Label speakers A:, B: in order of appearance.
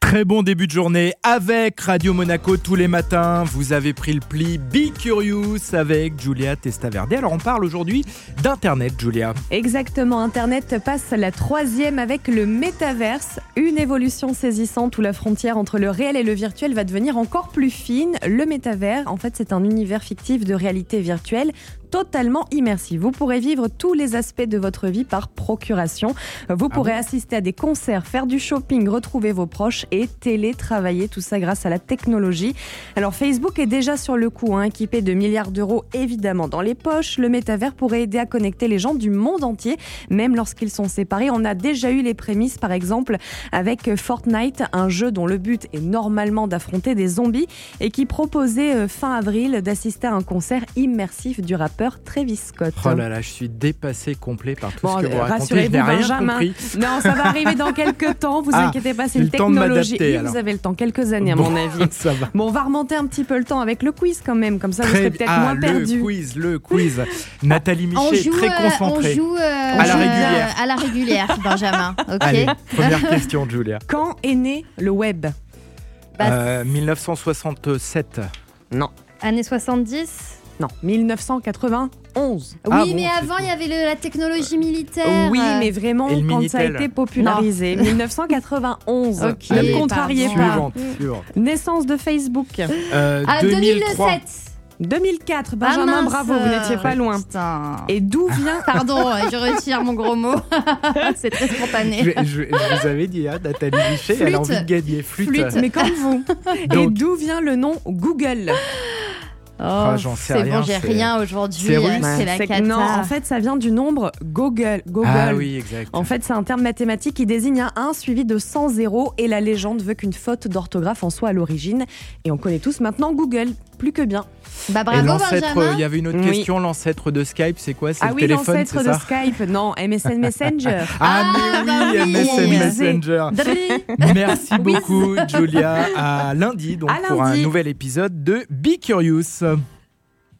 A: Très bon début de journée avec Radio Monaco tous les matins. Vous avez pris le pli Be Curious avec Julia Testaverde. Alors on parle aujourd'hui d'Internet, Julia.
B: Exactement, Internet passe la troisième avec le métaverse, une évolution saisissante où la frontière entre le réel et le virtuel va devenir encore plus fine. Le métavers, en fait, c'est un univers fictif de réalité virtuelle totalement immersif. Vous pourrez vivre tous les aspects de votre vie par procuration. Vous
A: Ah
B: pourrez assister à des concerts, faire du shopping, retrouver vos proches et télétravailler, tout ça grâce à la technologie. Alors Facebook est déjà sur le coup, hein, équipé de milliards d'euros évidemment dans les poches. Le métavers pourrait aider à connecter les gens du monde entier, même lorsqu'ils sont séparés. On a déjà eu les prémices par exemple avec Fortnite, un jeu dont le but est normalement d'affronter des zombies et qui proposait euh, fin avril d'assister à un concert immersif du rappeur Travis Scott.
A: Oh là là, je suis dépassé complet par tout
B: Bon,
A: ce que vous
B: euh,
A: racontez. Je n'ai
B: rassurez-vous,
A: rien
B: Benjamin.
A: compris.
B: Non, ça va arriver dans quelques temps, vous
A: Ah,
B: inquiétez pas, c'est
A: j'ai
B: une
A: le temps de
B: technologie.
A: m'adapter,
B: Oui,
A: alors.
B: vous avez le temps, quelques années à mon avis.
A: Ça va.
B: Bon, on va remonter un petit peu le temps avec le quiz quand même, comme ça vous
A: bien.
B: serez peut-être
A: Ah,
B: moins
A: le
B: perdu.
A: quiz, le quiz. Nathalie
C: On
A: Michet,
C: joue,
A: très
C: euh,
A: concentrée.
C: on joue, euh,
A: la
C: on joue,
A: régulière.
C: euh, à la régulière, Benjamin. Ok.
A: Allez, première question, Julia.
B: Quand est né le web
C: Bah,
A: Euh, 1967.
C: Années 70.
B: Non, 1991.
C: Oui,
A: Ah bon,
C: mais
A: c'est
C: avant,
A: tout.
C: il y avait le- la technologie militaire.
B: Oui,
C: euh,
B: mais vraiment,
A: Et le
B: quand ça a
A: Minitel
B: été popularisé. 1991.
C: Ok,
B: Ne me
A: Allez,
B: contrariez
C: pardon.
B: pas. Mm.
A: Suivante, suivante.
B: Naissance de Facebook.
A: Euh,
C: Ah,
A: 2003.
C: 2007.
B: 2004. Benjamin,
C: Ah, mince,
B: bravo, vous
C: euh,
B: n'étiez pas loin.
C: Putain.
B: Et d'où vient
A: Ah,
C: Pardon, euh, je retire mon gros mot. C'est très
A: Je,
C: spontané.
A: je- je vous avais dit, hein, Nathalie Michet, elle
C: Flûte.
A: a envie de gagner. Flûte.
C: Flûte.
B: Mais comme vous. Et
A: Donc-
B: d'où vient le nom Google
C: Oh,
A: Ah, j'en sais
C: c'est
A: rien,
C: bon, j'ai
A: c'est-
C: rien aujourd'hui.
A: c'est russe.
C: euh, C'est la cata.
B: Non, en fait, ça vient du nombre Google. Google.
A: Ah oui, exact.
B: En fait, c'est un terme mathématique qui désigne un 1 suivi de 100 zéros et la légende veut qu'une faute d'orthographe en soit à l'origine. Et on connaît tous maintenant Google, plus que bien.
C: Bah,
A: Et
C: bravo,
A: l'ancêtre, euh,
C: Benjamin.
A: il y avait une autre
B: Oui.
A: question, l'ancêtre de Skype, c'est quoi C'est
B: Ah
A: le
B: oui,
A: téléphone, c'est
B: l'ancêtre de
A: ça
B: Skype, non, MSN Messenger.
A: Ah,
C: Ah, bah
A: mais oui,
C: oui.
A: MSN
C: Oui.
A: Messenger.
C: Dring.
A: Merci beaucoup, Julia. À lundi, donc,
B: À
A: pour un
B: lundi.
A: nouvel épisode de Be Curious.